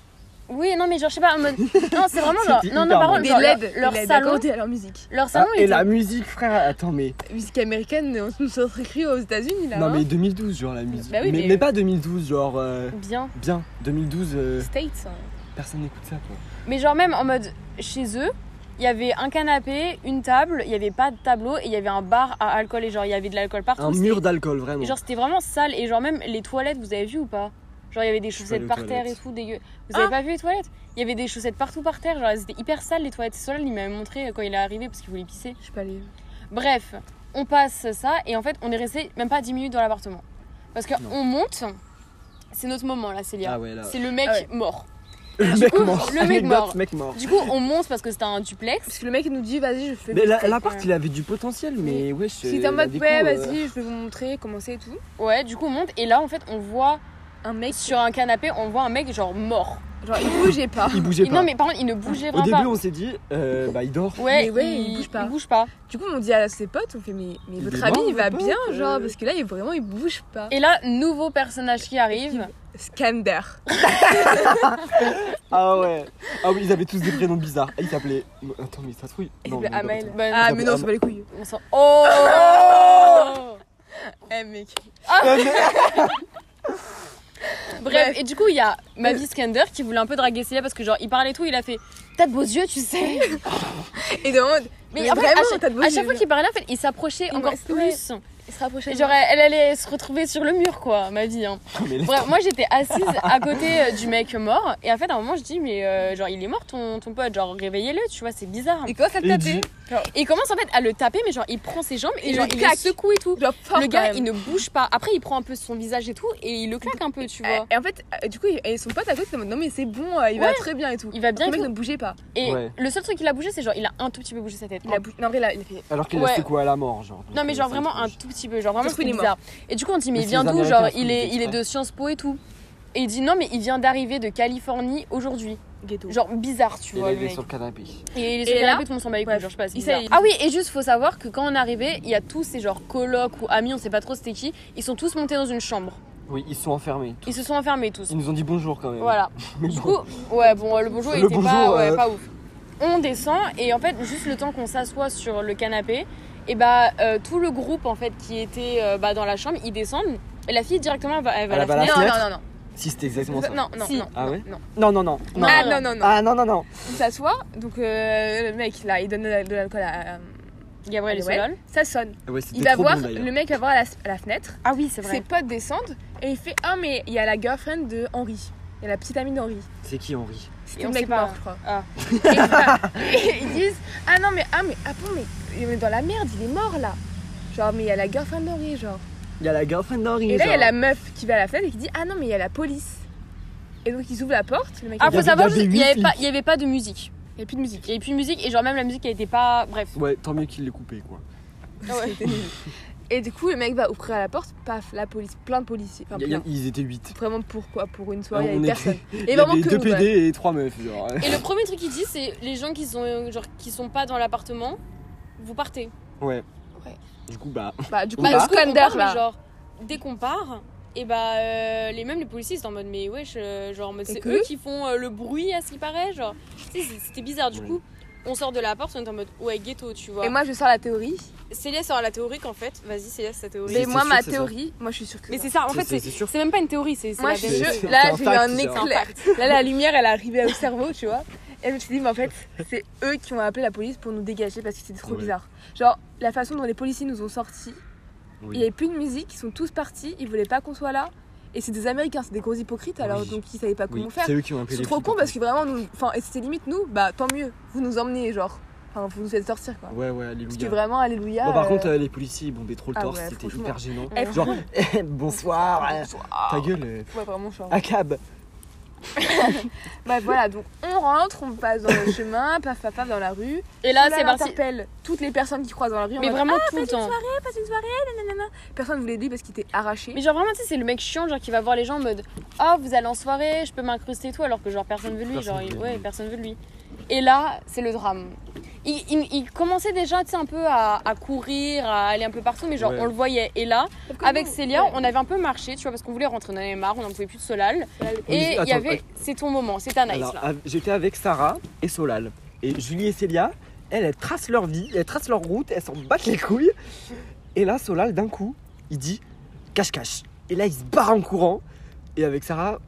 Oui, non, mais genre je sais pas en mode
[LAUGHS]
non, c'est vraiment genre
C'était
non non
hyper
pardon,
bon.
Des
genre, leur-
LED,
leur,
des LED
salon,
accordés à leur musique.
leur
Ah,
salon
et
était-
la musique, frère, attends, mais.
Musique américaine, on [LAUGHS] nous sort écrit aux États-Unis là.
non,
hein.
mais 2012, genre, la musique.
Bah oui,
mais,
mais-
mais pas 2012, genre. euh,
bien.
Bien, 2012, euh,
States. hein.
personne n'écoute ça, quoi.
Mais genre même en mode chez eux, il y avait un canapé, une table, il y avait pas de tableau et il y avait un bar à alcool et genre il y avait de l'alcool partout.
Un
c'était-
mur d'alcool, vraiment.
Et genre c'était vraiment sale et genre même les toilettes vous avez vu ou pas Genre il y avait des
suis
chaussettes
allée aux
par terre et
toilettes.
tout dégueu. Vous
Ah.
avez pas vu les toilettes Il y avait des chaussettes partout par terre, genre elles étaient hyper sales les toilettes. Solal il m'avait montré quand il est arrivé parce qu'il voulait pisser.
Je sais pas les.
Bref, on passe ça et en fait on est resté même pas 10 minutes dans l'appartement. Parce que
Non.
on monte, c'est notre moment là Célia.
Ah ouais, là.
C'est le mec
Ah ouais.
mort.
Le
Du
mec
coup,
mort.
le mec
Anecdote,
mort.
mec mort.
Du coup, on monte parce que c'était un duplex.
Parce que le mec il nous dit, vas-y, je fais.
Mais
vos
la-
steaks,
l'appart,
euh.
il avait du potentiel, mais ouais, je
Parce qu'il était en
la
mode,
déco,
ouais,
euh,
vas-y, je vais vous montrer comment c'est et tout.
Ouais, du coup, on monte. Et là, en fait, on voit
Un mec,
sur un canapé, on voit un mec genre mort.
genre, il bougeait pas.
Il bougeait
Et
pas.
non, mais par contre, il ne bougeait
Au
vraiment
début,
pas.
on s'est dit, euh, bah, il dort.
Ouais,
Mais ouais, il bouge pas.
Il bouge pas.
Du coup, on dit à ses potes, on fait, mais, mais
Il
votre
est
ami,
mort,
il va
votre
bien,
pote,
genre,
euh.
parce que là, il, vraiment, il bouge pas.
Et là, nouveau personnage qui arrive.
Skander.
Ah ouais. Ah oui, ils avaient tous des prénoms bizarres. Et Ils s'appelaient. Attends, mais ça se trouve.
Il
non,
s'appelle
non, non,
Amel.
attends.
Bah,
Ah,
non,
mais
mais
non, c'est pas les couilles.
On sent. Oh
Eh, mec.
Ah Bref, et du coup, il y a Mavis Skander qui voulait un peu draguer Célia parce que, genre, il parlait tout, il a fait T'as de beaux yeux, tu sais.
Et dans le mode,
Mais,
Mais
en fait,
vraiment,
à, chaque-
t'as de beaux
à
yeux.
chaque fois qu'il parlait, en fait, il s'approchait
Il
encore
reste-
plus.
il se rapprochait.
Et
de
genre,
moi.
elle allait se retrouver sur le mur, quoi, ma vie. Hein.
[LAUGHS] mais laisse-
Bref, moi, j'étais assise à côté euh, du mec mort. Et en fait, à un moment, je dis, mais euh, genre, il est mort, ton, ton pote. Genre, réveillez-le, tu vois, c'est bizarre.
Il commence à te
Et il
taper.
Et il commence, en fait, à le taper, mais genre, il prend ses jambes et
Il
genre,
le
il le
claque.
secoue et tout.
Genre, fort,
le gars,
quand même.
il ne bouge pas. Après, il prend un peu son visage et tout, et il le claque un peu, tu vois.
Et en fait, euh, du coup, il- et son pote à côté, il est en mode, non, mais c'est bon, euh, il va
Ouais.
très bien et tout.
Il va bien
Le
et
mec
tout.
ne bougeait pas.
Et
Ouais.
le seul truc qu'il a bougé, c'est genre, il a un tout petit peu bougé sa tête.
Il a bougé. Non, en vrai, là, il a fait.
Alors qu'il
Ouais.
a secoué à la mort, genre. euh,
Non, mais genre
Ça,
vraiment un
il-
tout petit peu, genre vraiment
Parce qu'il
c'est
est mort.
bizarre. Et du coup, on dit, mais
Mais
il
c'est
vient
les
d'où
Américains
Genre,
qui
il
font
est,
des
il est
exprès.
de Sciences Po et tout. Et il dit, non, mais il vient d'arriver de Californie aujourd'hui.
Ghetto.
Genre bizarre, tu
Il
vois, le
avait
mec.
sur le canapé.
Et il est
Et
sur
là,
canapé, tout le monde s'en bat les couilles,
bref,
genre je sais pas, c'est
il
bizarre.
s'est-
Ah oui, et juste faut savoir que quand on est arrivé, il y a tous ces genre colocs ou amis, on sait pas trop c'était qui, ils sont tous montés dans une chambre.
Oui, ils se sont enfermés.
Ils se sont enfermés tous.
Ils nous ont dit bonjour quand même. [LAUGHS]
Voilà.
Mais
Du
bon.
coup, ouais, bon, le bonjour, il
Le
était pas,
bonjour,
ouais,
euh.
pas ouf. On descend et en fait, juste le temps qu'on s'assoit sur le canapé, et bah euh, tout le groupe en fait qui était euh, bah, dans la chambre, ils descendent. Et la fille directement, elle va, elle va à la
Elle va à la
fenêtre.
Non, non,
fenêtre.
non, non.
Si c'était exactement ça.
Non, non,
Si.
non.
Ah ouais
Non.
Non, non, non.
Non.
Ah non, non, non.
Ah non, non, non.
On s'assoit, donc euh, le mec là, il donne de de l'alcool à. euh,
Gabriel et
Ouais.
Solal.
Ça sonne.
Ah ouais,
Il
c'était
va
trop
voir,
bon,
le
d'ailleurs.
mec va voir à la, à la fenêtre.
Ah oui, c'est
Ses potes descendent et il fait Ah, mais il y a la girlfriend de Henri. Il y a la petite amie d'Henri.
C'est qui Henri
C'était
Et on
le
sait
mec
pas.
mort, je crois.
Ah.
Et, voilà. Et ils disent Ah non, mais ah, mais ah bon, mais on est dans la merde, il est mort là. Genre, mais il y a la girlfriend d'Henri, genre.
Il y a la girlfriend d'Henri.
Et là, il y a
genre.
la meuf qui va à la fenêtre et qui dit Ah non, mais il y a la police. Et donc, ils ouvrent la porte. Le mec,
Ah,
Il y
faut
avait-
savoir,
il y avait
juste, il y
huit
avait, pas,
flics.
il y avait pas de musique.
il n'y a plus de musique.
Il y avait plus de musique et genre même la musique, elle était pas. Bref.
Ouais, tant mieux qu'il l'ait coupé quoi.
Ah
[LAUGHS] Et du coup, le mec va ouvrir la porte, paf, la police, plein de policiers. Enfin,
Il y a-
plein.
Ils étaient 8.
Vraiment pourquoi Pour une soirée,
Ah,
il
on
n'y
était-
avait personne.
Il
Et
y
vraiment
avait
que
deux
nous, ouais.
PD et trois meufs. genre.
Et le premier truc qu'il dit, c'est les gens qui sont, euh, genre, qui sont pas dans l'appartement, vous partez.
Ouais.
Ouais.
Du coup, bah.
Bah, du coup,
Bah,
du
le
coup, on
Skander,
part, mais
là.
genre, dès qu'on part, et bah, euh, les mêmes les policiers sont en mode, mais wesh, euh, genre, en mode,
Et
c'est
que
eux qui font euh, le bruit à ce qui paraît, genre. Tu sais, c'est- c'était bizarre. Du
Ouais.
coup, on sort de la porte, on est en mode, ouais, ghetto, tu vois.
Et moi, je sors la théorie.
Célia sort la théorie qu'en fait, vas-y, Célia, c'est ta théorie.
Oui,
Mais
c'est
moi,
sûr,
ma
c'est ça.
théorie, moi, je suis sûre que.
Mais
non.
c'est ça, en
C'est-
fait,
c'est-
c'est
c'est sûr.
c'est même pas une théorie, c'est c'est
Moi,
la
je,
vérité.
C'est- c'est
là,
un
j'ai eu
fact,
un
c'est un
éclair. Là, la lumière, elle arrivait au cerveau, tu vois. Et je me suis dit, mais en fait, c'est eux qui ont appelé la police pour nous dégager parce que c'était trop
Ouais.
bizarre. Genre, la façon dont les policiers nous ont sortis, il n'y
Oui.
avait plus de musique, ils sont tous partis, ils voulaient pas qu'on soit là. Et c'est des Américains, c'est des gros hypocrites, alors
Oui.
donc ils savaient pas comment
Oui,
faire.
C'est eux qui ont appelé
C'est
les
trop
flics,
con
en
parce
fait.
que vraiment, nous, enfin, et c'était limite nous, bah tant mieux, vous nous emmenez, genre. Enfin, vous nous faites sortir quoi.
Ouais, ouais,
Parce que
alléluia.
vraiment, alléluia.
Bon, par
euh,
contre, euh, les policiers ils bombaient trop le
Ah
torse,
ouais,
c'était
franchement.
hyper gênant.
Eh,
Genre, eh, [LAUGHS] bonsoir,
[LAUGHS]
euh,
bonsoir.
ta gueule, euh,
Ouais, vraiment, genre.
à cab.
Bah voilà, donc on rentre, on passe dans le [LAUGHS] chemin, paf paf paf dans la rue.
Et là,
Oulala,
c'est parti.
interpelle toutes les personnes qui croisent dans la rue. en
Mais
mode,
vraiment tout le temps.
Ah, passe une soirée, nanana. Personne ne voulait lui parce qu'il était arraché.
Mais genre vraiment, tu sais, c'est le mec chiant, genre qui va voir les gens en mode Ah, vous allez en soirée, je peux m'incruster et tout, alors que genre personne veut lui,
Personne
genre
veut
il-
lui.
ouais, personne veut lui. Et là, c'est le drame. Il, il- il commençait déjà, tu sais, un peu à, à courir, à aller un peu partout, mais genre
Ouais.
on le voyait. Et là,
Comme
avec
nous,
Célia,
ouais.
on avait un peu marché, tu vois, parce qu'on voulait rentrer, on en avait marre, on n'en pouvait plus de Solal.
Oui,
Et il y
attends,
avait, c'est ton moment, c'est ta night
Alors,
là.
av- j'étais avec Sarah et Solal. Et Julie et Célia, elles, elles tracent leur vie, elles tracent leur route, elles s'en battent les couilles. Et là, Solal, d'un coup, il dit cache-cache. Et là, il se barre en courant. Et avec Sarah,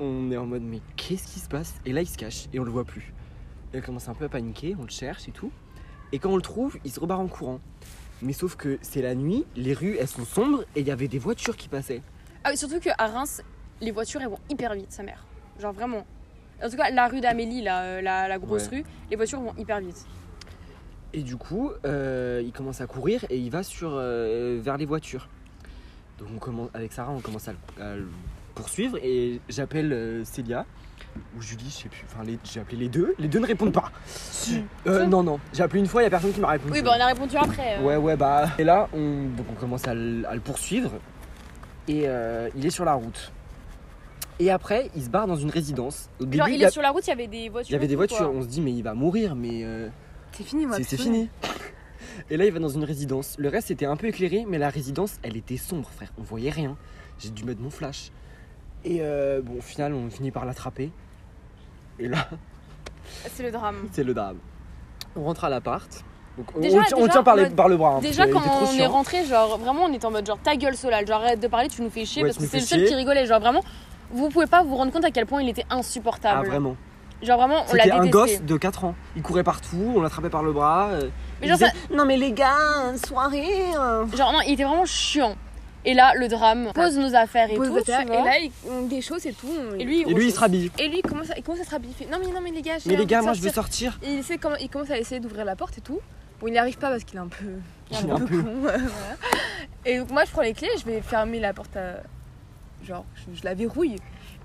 on est en mode mais qu'est-ce qui se passe Et là, il se cache et on le voit plus. Et elle commence un peu à paniquer, on le cherche et tout. Et quand on le trouve, il se rebarre en courant. Mais sauf que c'est la nuit, les rues elles sont sombres et il y avait des voitures qui passaient.
Ah oui, surtout qu'à Reims, les voitures elles vont hyper vite, sa mère. Genre vraiment. En tout cas, la rue d'Amélie, là, euh, la, la grosse rue, les voitures vont hyper vite.
Et du coup, euh, il commence à courir et il va sur, euh, vers les voitures. Donc on commence, avec Sarah, on commence à le, à le poursuivre et j'appelle euh, Célia. ou Julie, je sais plus. Enfin, les- j'ai appelé les deux. Les deux ne répondent pas.
Si.
Euh, non, non. J'ai appelé une fois, il y a personne qui m'a répondu.
Oui, bah on a répondu après. euh.
Ouais, ouais, bah. Et là, on, donc on commence à, le à le poursuivre. Et euh, il est sur la route. Et après, il se barre dans une résidence. Au début,
Genre,
il
il
y a-
est sur la route, il y avait des voitures.
il y avait des
ou quoi
voitures. On se dit, mais il va mourir, mais euh,
C'est fini, moi.
c'est c'est
putain.
fini. Et là, il va dans une résidence. Le reste était un peu éclairé, mais la résidence, elle était sombre, frère. On voyait rien. J'ai dû mettre mon flash. Et euh, bon, au final, on finit par l'attraper. Et là,
C'est le drame.
c'est le drame. On rentre à l'appart. Donc, on-
Déjà-
on, tient- on
déjà,
tient par, les-
en mode-
par le bras. hein,
Déjà,
parce qu'il
quand
était trop
on est
chiant.
rentré, genre vraiment, on est en mode genre ta gueule, Solal. Genre arrête de parler, tu nous fais chier
Ouais,
parce
tu
que
nous
c'est
fais
le seul
chier.
qui rigolait. Genre vraiment, vous pouvez pas vous rendre compte à quel point il était
Ah,
insupportable.
vraiment.
genre vraiment, on l'a
C'était
détesté.
un gosse de 4 ans. Il courait partout, on l'attrapait par le bras. euh,
Mais
il
genre, ça-
disait, Non mais les gars, une soirée. euh.
Genre non, il était vraiment chiant. Et là, le drame, pose nos affaires et
Pose
tout,
le
tu
tas,
vois.
et là, il- on des choses et tout. on-
Et lui, il,
Et lui, il se rhabille.
Et lui, il commence à, il commence à se rhabiller. Il fait, non, mais non, mais les gars, j'ai
Mais les
envie
gars,
de
moi je veux
sortir.
sortir.
Et Il, sait comment, il commence à essayer d'ouvrir la porte et tout. Bon, il n'y arrive pas parce qu'il est un peu, [LAUGHS]
Il est un peu-
con. voilà. Et donc, moi, je prends les clés et je vais fermer la porte. à- Genre, je, je la verrouille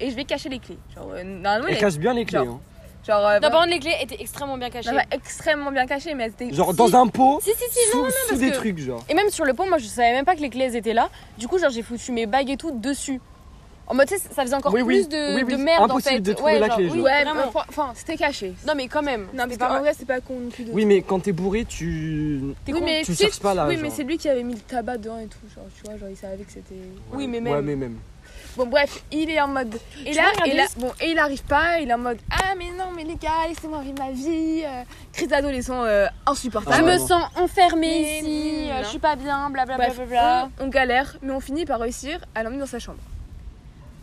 et je vais cacher les clés. Genre, euh, normalement,
Elle
il y a-
cache bien les clés.
Genre,
hein.
genre, euh,
D'abord, les clés étaient extrêmement bien cachées.
non, bah, extrêmement bien cachées, mais elles étaient.
Genre
si-
dans un pot,
Si, si, si, non,
sous,
non,
sous
parce
des
que-
trucs, genre.
Et même sur le pont, moi je savais même pas que les clés elles étaient là. Du coup, genre j'ai foutu mes bagues et tout dessus. En mode, tu sais, ça faisait encore
Oui, oui.
plus de,
Oui,
de
oui.
merde
Impossible
en fait.
de trouver la clé,
oui,
genre.
Ouais, mais
vraiment.
enfin, enfin, c'était caché.
Non, mais quand même.
Non, mais
C'est
pas... en
pas-
vrai, c'est pas con du tout.
Oui, mais quand t'es bourré, tu.
T'es
Oui,
con.
mais
tu
sais-
cherches pas, là,
Oui,
genre.
mais c'est lui qui avait mis le tabac dedans et tout. Genre, tu vois, genre, il savait que c'était.
Oui, mais
Ouais,
même.
mais même.
Bon bref, il est en mode. Et
Tu
là,
vois, regardez
et là-
juste-
bon, et il arrive pas, il est en mode Ah mais non mais les gars, laissez-moi vivre ma vie. euh, crise d'adolescent euh, insupportable.
Je
Ah,
me
vraiment.
sens enfermée
Mais
ici,
non.
euh, je suis pas bien,
Ah,
blablabla.
Bref, on, on galère, mais on finit par réussir à l'emmener dans sa chambre.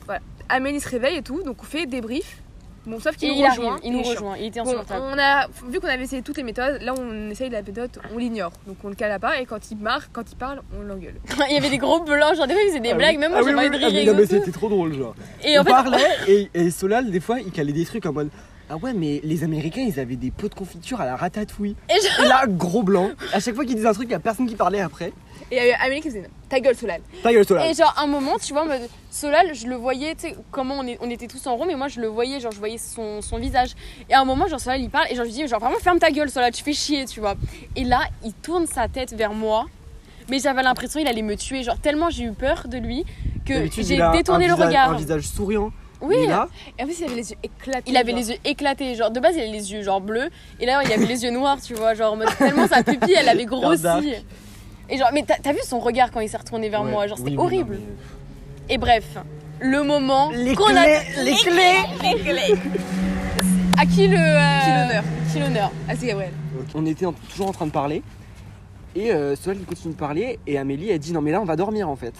Voilà. Amélie se réveille et tout, donc on fait débrief. Bon sauf
Et
qu'il
il
nous rejoint.
arrive, il nous rejoint, il était
est chiant. Bon,
insupportable.
on a vu qu'on avait essayé toutes les méthodes, là on essaye la méthode, on l'ignore, donc on le cala pas et quand il marque, quand il parle, on l'engueule.
il y avait des gros blancs, genre des fois il
Ah
faisait des blagues, même moi j'avais envie de rire.
Non, mais
et tout.
c'était trop drôle, genre.
Et
on
en fait,
parlait et, et Solal, des fois, il calait des trucs en mode. Ah ouais, mais les Américains, ils avaient des pots de confiture à la ratatouille.
et genre-
Et là, gros blanc. À chaque fois qu'il disait un truc, il y a personne qui parlait après.
Et euh, Amélie qui faisait Non, ta gueule Solal.
Ta gueule, Solal.
Et genre un moment, tu vois, en mode, Solal, je le voyais, tu sais, comment on, est- on était tous en rond, mais moi je le voyais, genre je voyais son, son visage. Et à un moment, genre Solal il parle, et genre je lui dis, genre vraiment ferme ta gueule, Solal, tu fais chier, tu vois. Et là, il tourne sa tête vers moi, mais j'avais l'impression il allait me tuer, genre tellement j'ai eu peur de lui que
D'habitude,
j'ai
il a
détourné
un
le
visage-
regard.
Un visage souriant.
Oui,
Mais là,
Et en plus il avait les yeux éclatés.
il avait
genre.
les yeux éclatés, genre de base il avait les yeux genre bleus, et là il avait les yeux noirs, tu vois, genre en mode, tellement sa pupille elle
[LAUGHS]
avait
Dark.
grossi. Et genre, mais t'as t'as vu son regard quand il s'est retourné vers
Ouais,
moi, genre
oui,
c'était
mais non,
horrible.
mais-
Et bref, le moment
Les
qu'on
clés,
a
les clés.
à qui le euh,
Qui l'honneur
Qui l'honneur
Ah c'est Gabriel.
Ok. On était en- toujours en train de parler. Et euh, Solal, il continue de parler. Et Amélie, elle dit Non, mais là, on va dormir en fait.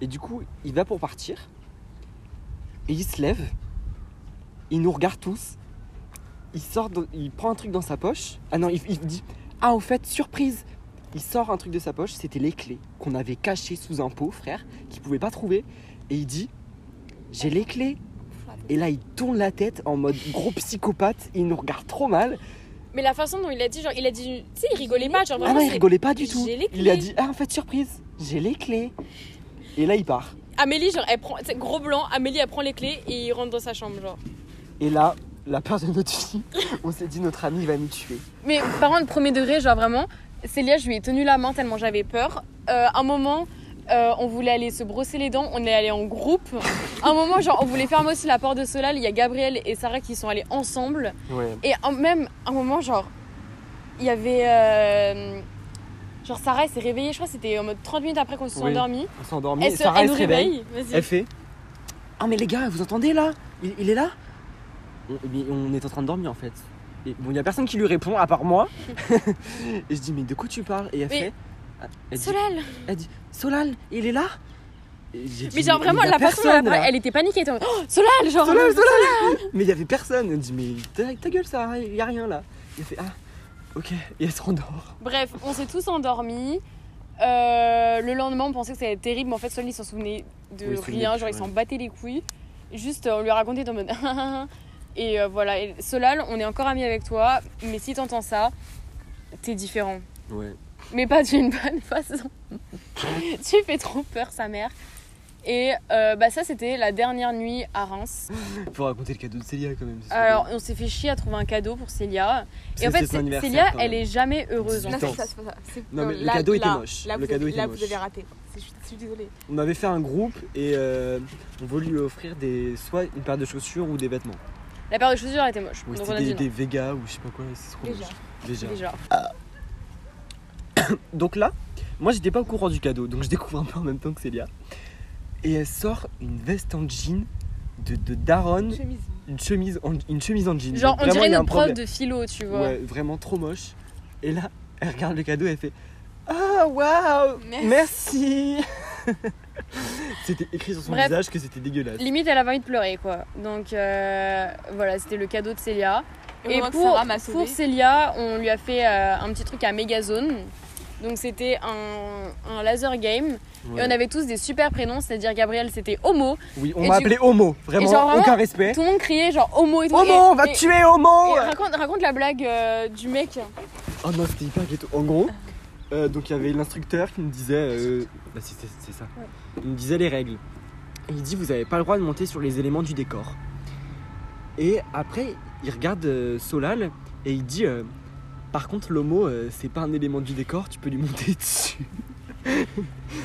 Et du coup, il va pour partir. Et il se lève. Il nous regarde tous. Il sort, de- il prend un truc dans sa poche. Ah non, il, il dit Ah, au fait, surprise Il sort un truc de sa poche. C'était les clés qu'on avait cachées sous un pot, frère, qu'il pouvait pas trouver. Et il dit J'ai les clés. Et là, il tourne la tête en mode gros psychopathe. Il nous regarde trop mal.
Mais la façon dont il a dit, genre, il a dit, tu sais, il rigolait pas, genre
Ah
vraiment.
non, il
c'est-
rigolait pas du tout.
J'ai les
Il a
clés.
dit Ah, en fait, surprise, j'ai les clés. Et là, il part.
Amélie, genre, elle prend, tu sais, gros blanc, Amélie, elle prend les clés et il rentre dans sa chambre, genre.
Et là, la peur de notre fille, [LAUGHS] on s'est dit Notre ami va nous tuer.
Mais par contre, premier degré, genre vraiment, Célia, je lui ai tenu la main tellement j'avais peur. Euh, un moment, euh, on voulait aller se brosser les dents, on est allé en groupe. un moment, genre, on voulait fermer aussi la porte de Solal, il y a Gabriel et Sarah qui sont allés ensemble.
Ouais.
Et en- même un moment, genre, il y avait. euh, genre, Sarah, elle s'est réveillée, je crois que c'était en mode 30 minutes après qu'on se soit
Oui.
endormi.
On s'est endormi.
Elle,
et
se,
Sarah,
elle
elle
nous
se réveille.
réveille. Vas-y.
Elle fait Ah, mais les gars, vous entendez là il, il est là on, mais on est en train de dormir en fait. Et bon, il y a personne qui lui répond à
[LAUGHS]
part moi. et je dis Mais de quoi tu parles Et elle
Mais-
fait Ah, elle dit,
Solal
elle dit Solal, il est là Et j'ai dit,
Mais genre,
il
vraiment,
y a
la façon dont elle
personne,
parlait,
là.
elle était paniquée. Elle était en mode, Oh, Solal Genre,
Solal, Solal
[LAUGHS]
Mais il y avait personne. Elle dit mais ta, ta gueule ça, il y a rien là. Il fait ah ok et elle se rendort.
Bref, on s'est tous endormis. Euh, le lendemain, on pensait que ça allait être terrible, mais en fait, Solal, il s'en souvenait de
Oui, il se souvenait
rien.
plus,
Genre, il
ouais.
s'en battait les couilles. Juste, euh, on lui a raconté en mode. [LAUGHS] Ah, ah, ah. Et euh, voilà, Et Solal, on est encore amis avec toi, mais si t'entends ça, t'es différent.
Ouais.
[LAUGHS] mais pas d'une bonne façon. tu fais trop peur, sa mère. Et euh, bah, ça, c'était la dernière nuit à Reims.
Faut raconter le cadeau de Célia quand même. Oh, c'est
Alors, on s'est fait chier à trouver un cadeau pour Célia.
sûr.
Et en
C'est
fait,
son
c'est-
anniversaire,
Célia,
quand même.
elle est jamais heureuse. en
Non,
fait.
Attends.
c'est ça, c'est pas ça. C'est-
Non, mais le
là-
cadeau était
là-
moche.
Là,
Le
vous
cadeau
avez-
était
là,
moche.
vous avez raté. C'est- Je suis- je suis désolée.
On avait fait un groupe et euh, on voulait lui offrir des, soit une paire de chaussures ou des vêtements.
La paire de chaussures était moche.
Ou
donc on a
c'était
dit
des,
non.
des Vega ou je sais pas quoi, c'est trop
Déjà.
moche. Déjà.
Déjà.
Donc là, moi j'étais pas au courant du cadeau, donc je découvre un peu en même temps que Célia. Et elle sort une veste en jean de, de Daron,
Une chemise.
une chemise en, une chemise en jean.
Genre, on
Donc vraiment,
dirait
il y a un
notre prof
problème.
de philo, tu vois.
Ouais, vraiment trop moche. Et là, elle regarde le cadeau et elle fait Ah waouh Merci, C'était écrit sur son
Bref.
visage que c'était dégueulasse.
Limite, elle avait envie de pleurer, quoi. Donc euh, voilà, c'était le cadeau de Célia. Et
Heureusement que
pour,
Sarah m'a sauvée.
pour Célia, on lui a fait euh, un petit truc à Megazone. Donc c'était un, un laser game.
Ouais.
Et on avait tous des super prénoms, c'est-à-dire Gabriel, c'était Homo.
Oui, on
et
m'a
du-
appelé Homo, vraiment,
genre, vraiment,
aucun respect.
Tout le monde criait genre Homo et tout.
Homo,
Et-
on va
et-
tuer Homo
et raconte, raconte la blague euh, du mec.
Oh non, c'était hyper ghetto. En gros, euh, donc il y avait l'instructeur qui nous disait. euh, bah, c'est- c'est c'est ça. Il nous disait les règles. Et il dit Vous n'avez pas le droit de monter sur les éléments du décor. Et après, il regarde euh, Solal et il dit euh, Par contre, l'homo, euh, c'est pas un élément du décor, tu peux lui monter [LAUGHS] dessus.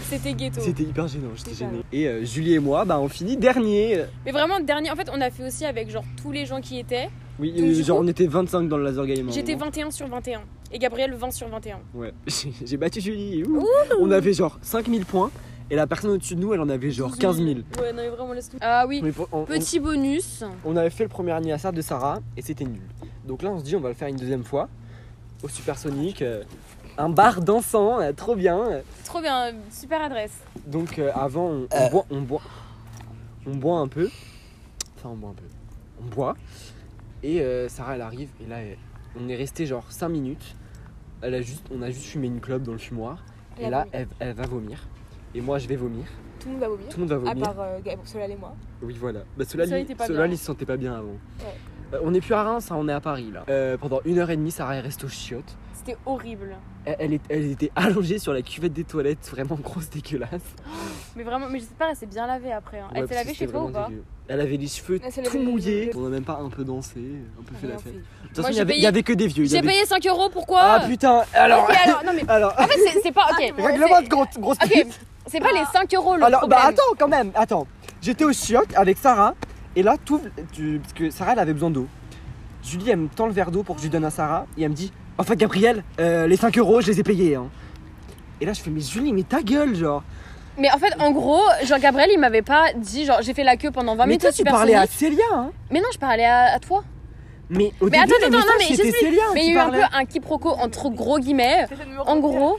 C'était ghetto.
C'était hyper gênant, j'étais
Hyper.
gêné. Et euh, Julie et moi, bah, on finit dernier.
Mais vraiment, dernier, en fait, on a fait aussi avec genre tous les gens qui étaient.
Oui,
Donc,
euh,
du
genre
coup,
on était 25 dans le laser game.
J'étais
hein.
21 sur 21. Et Gabriel, 20 sur 21.
Ouais, [LAUGHS] j'ai j'ai battu Julie. ouh. On avait genre 5000 points et la personne au-dessus de nous, elle en avait genre 15 000.
Ouais, non, mais vraiment, laisse tout. Ah oui.
Mais pour- on, on-
Petit bonus.
on avait fait le premier anniversaire de Sarah et c'était nul. Donc là, on se dit, on va le faire une deuxième fois au Supersonic. euh, un bar dansant, euh, trop bien.
Trop bien, super adresse.
Donc euh, avant, on, on boit, on, boit, on boit un peu. Enfin, on boit un peu. On boit. Et euh, Sarah, elle arrive. Et là, elle- on est resté genre 5 minutes. Elle a juste, on a juste fumé une clope dans le fumoir.
Elle
et
a
là,
vomi.
elle, elle va vomir. Et moi, je vais vomir.
Tout le monde va vomir.
Tout le monde va
À
vomir.
part euh, Gab- Solal et moi.
Oui, voilà. Bah, cela,
Cela
lui-
était pas
cela,
bien.
il se sentait pas bien avant.
Ouais.
Euh, on n'est plus à Reims, hein, on est à Paris là. Euh, pendant une heure et demie, Sarah elle reste aux chiottes.
C'était horrible.
Elle, elle est- elle était allongée sur la cuvette des toilettes, vraiment grosse dégueulasse.
Mais vraiment, mais je sais pas, elle s'est bien lavée après. hein. Elle s'est
Ouais, parce que
lavée
c'était
chez toi ou
vraiment
pas
dégueu. Elle avait les cheveux
Elle s'est
tout
lavée les-
mouillés.
les-
On a même pas un peu dansé, un peu fait la
Rien
fête.
fait.
De toute façon,
Moi,
il y,
j'ai
avait, il y
payé-
avait que des vieux. il y
J'ai
avait-
payé 5 euros, pourquoi
Ah putain, alors.
Ok,
[LAUGHS]
alors, non mais
alors.
en fait, c'est- c'est pas. Ok,
Règlement de compte, grosse
ok,
pute.
c'est pas les 5 euros le
Alors,
problème.
bah attends quand même, attends. J'étais au chiottes avec Sarah, et là, tout. tu- parce que Sarah, elle avait besoin d'eau. Julie, elle me tend le verre d'eau pour que je lui donne à Sarah, et elle me dit Enfin, Gabriel, euh, les 5 euros, je les ai payés. Hein. Et là, je fais Mais Julie, mais ta gueule, genre.
Mais en fait, en gros, Jean-Gabriel, il m'avait pas dit. Genre, j'ai fait la queue pendant 20
mais
minutes.
toi,
au
tu
Super
parlais à
Sonic.
Célia, hein.
Mais non, je parlais à, à toi.
Mais au
Mais
début,
attends,
les
attends, non,
messages,
mais
c'était
j'explique.
Célia.
mais
qui
il y a eu un
parlait.
peu un quiproquo entre gros guillemets.
J'essaie de me
En
retenir.
gros,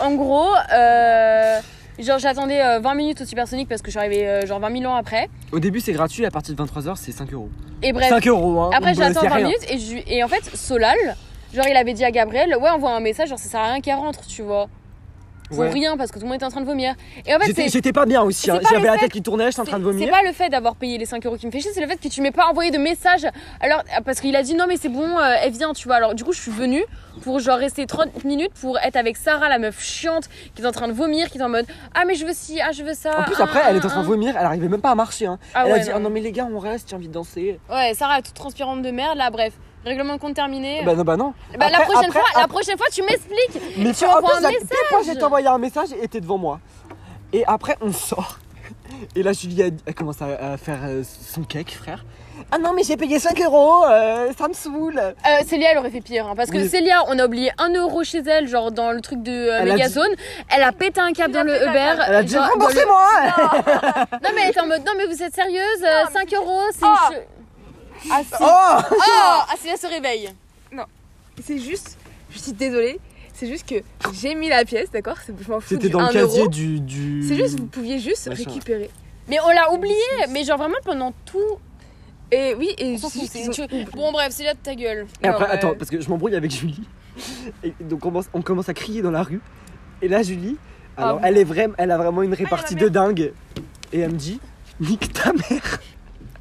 en gros, euh, genre j'attendais euh, 20 minutes au Supersonic parce que je suis arrivée euh, genre 20 000 ans après.
Au début, c'est gratuit, à partir de 23h, c'est 5 euros.
Et bref,
5 euros, hein.
Après,
on-
j'attends
c'est
20
rien.
minutes et, je lui- et en fait, Solal, genre, il avait dit à Gabriel, ouais, envoie un message, genre, ça sert à rien qu'elle rentre, tu vois. Pour
Ouais.
rien, parce que tout le monde était en train de vomir. Et en fait,
J'étais-
c'est.
J'étais pas bien aussi, hein.
c'est pas
j'avais
le
la
fait-
tête qui tournait, j'étais en train de
C'est
vomir.
pas le fait d'avoir payé les 5 euros qui me fait chier, c'est le fait que tu m'aies pas envoyé de message. Alors, parce qu'il a dit non, mais c'est bon, euh, elle vient, tu vois. Alors, du coup, je suis venue pour genre rester 30 minutes pour être avec Sarah, la meuf chiante, qui est en train de vomir, qui est en mode ah, mais je veux ci, ah, je veux ça.
En plus,
ah,
après,
ah,
elle était en train de
ah.
vomir, elle arrivait même pas à marcher. Hein.
Ah
elle
ouais,
a dit
non.
Ah non, mais les gars, on reste, j'ai envie de danser.
Ouais, Sarah, toute transpirante de merde, là, bref. Règlement de compte terminé.
Bah non, bah non.
Bah, la
Après-
prochaine
après-
fois, la
après-
prochaine fois, tu m'expliques.
Mais
tu envoies un
la-
message.
dès quand j'ai envoyé un message et t'es devant moi. Et après, on sort. Et là, Julie, elle, elle commence à, à faire euh, son cake, frère. Ah non, mais j'ai payé 5 euros, euh, ça me saoule.
Euh, Célia, elle aurait fait pire. hein, parce que
Oui.
Célia, on a oublié 1 euro chez elle, genre dans le truc de euh,
Elle a
Megazone. Elle a pété un câble dans le
pété un
Uber.
Elle a dit bah-
genre, Euh, dans le-
Remboursez-moi
Non, mais elle était en mode Non, mais vous êtes sérieuse euh,
Non, mais
5 euros, c'est.
Ah.
che-
Ah, si.
Oh
Oh Ah, Célia se réveille.
C'est juste, je suis désolée, c'est juste que j'ai mis la pièce, d'accord C'est- Je m'en fous
C'était
du
dans le
1 euro.
casier du. du...
C'est juste, vous pouviez juste
Machin.
récupérer.
Mais on l'a oublié. Mais genre vraiment pendant tout.
Et oui, et
on s'en fout,
juste,
c'est
ils ont-
une chose. Bon, bref, Célia, de ta gueule.
Et après,
Non,
attends,
ouais.
parce que je m'embrouille avec Julie. Et donc, on commence, on commence à crier dans la rue. Et là, Julie, alors, elle, est vraim- elle a vraiment une répartie de dingue. Et elle me dit Nique ta mère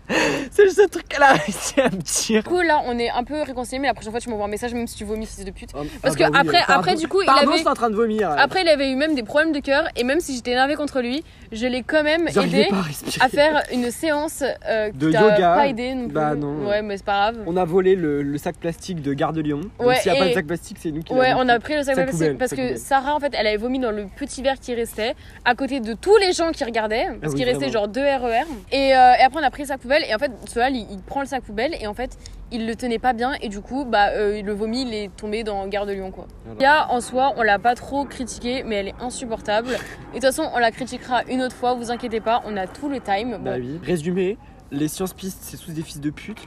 [LAUGHS] C'est le seul truc qu'elle a réussi à me dire.
Du coup, là, on est un peu réconciliés, mais la prochaine fois, tu m'envoies un message, même si tu vomis, fils de pute.
Ah,
Parce
ah
que
bah oui,
après-
euh, pardon.
après, du coup, il
Pardon,
avait-
je suis en train de vomir. euh.
Après, il avait eu même des problèmes de cœur, et même si j'étais énervée contre lui, je l'ai quand même
J'arrivais
aidé
pas à respirer.
à faire une séance euh, qui
De
t'a
yoga.
Pas aidé non plus.
Bah non.
Ouais, mais c'est pas grave.
On a volé le, le sac plastique de Gare de Lyon. Donc,
Ouais,
S'il n'y a pas
et-
de sac plastique, c'est nous qui
Ouais,
l'avons
on a pris le sac
Sac
plastique
poubelle,
parce
sac
que
poubelle.
Sarah, en fait, elle avait vomi dans le petit verre qui restait à côté de tous les gens qui regardaient parce
Ah oui,
qu'il restait
vraiment.
genre deux RER. Et, euh, et après, on a pris le sac poubelle et en fait, Solal il, il prend le sac poubelle et en fait, il le tenait pas bien et du coup, bah, euh, le vomi il est tombé dans Gare de Lyon quoi.
Voilà.
Lia, en soi, on l'a pas trop critiquée, mais elle est insupportable. Et de toute façon, on la critiquera une autre fois, vous inquiétez pas, on a tout le time.
Bah
Bon.
oui. Résumé, les sciences pistes, c'est tous des fils de pute.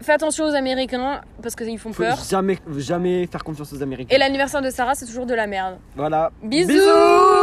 Fais attention aux Américains parce qu'ils font
Faut
peur.
jamais, jamais faire confiance aux Américains.
Et l'anniversaire de Sarah, c'est toujours de la merde.
Voilà.
Bisous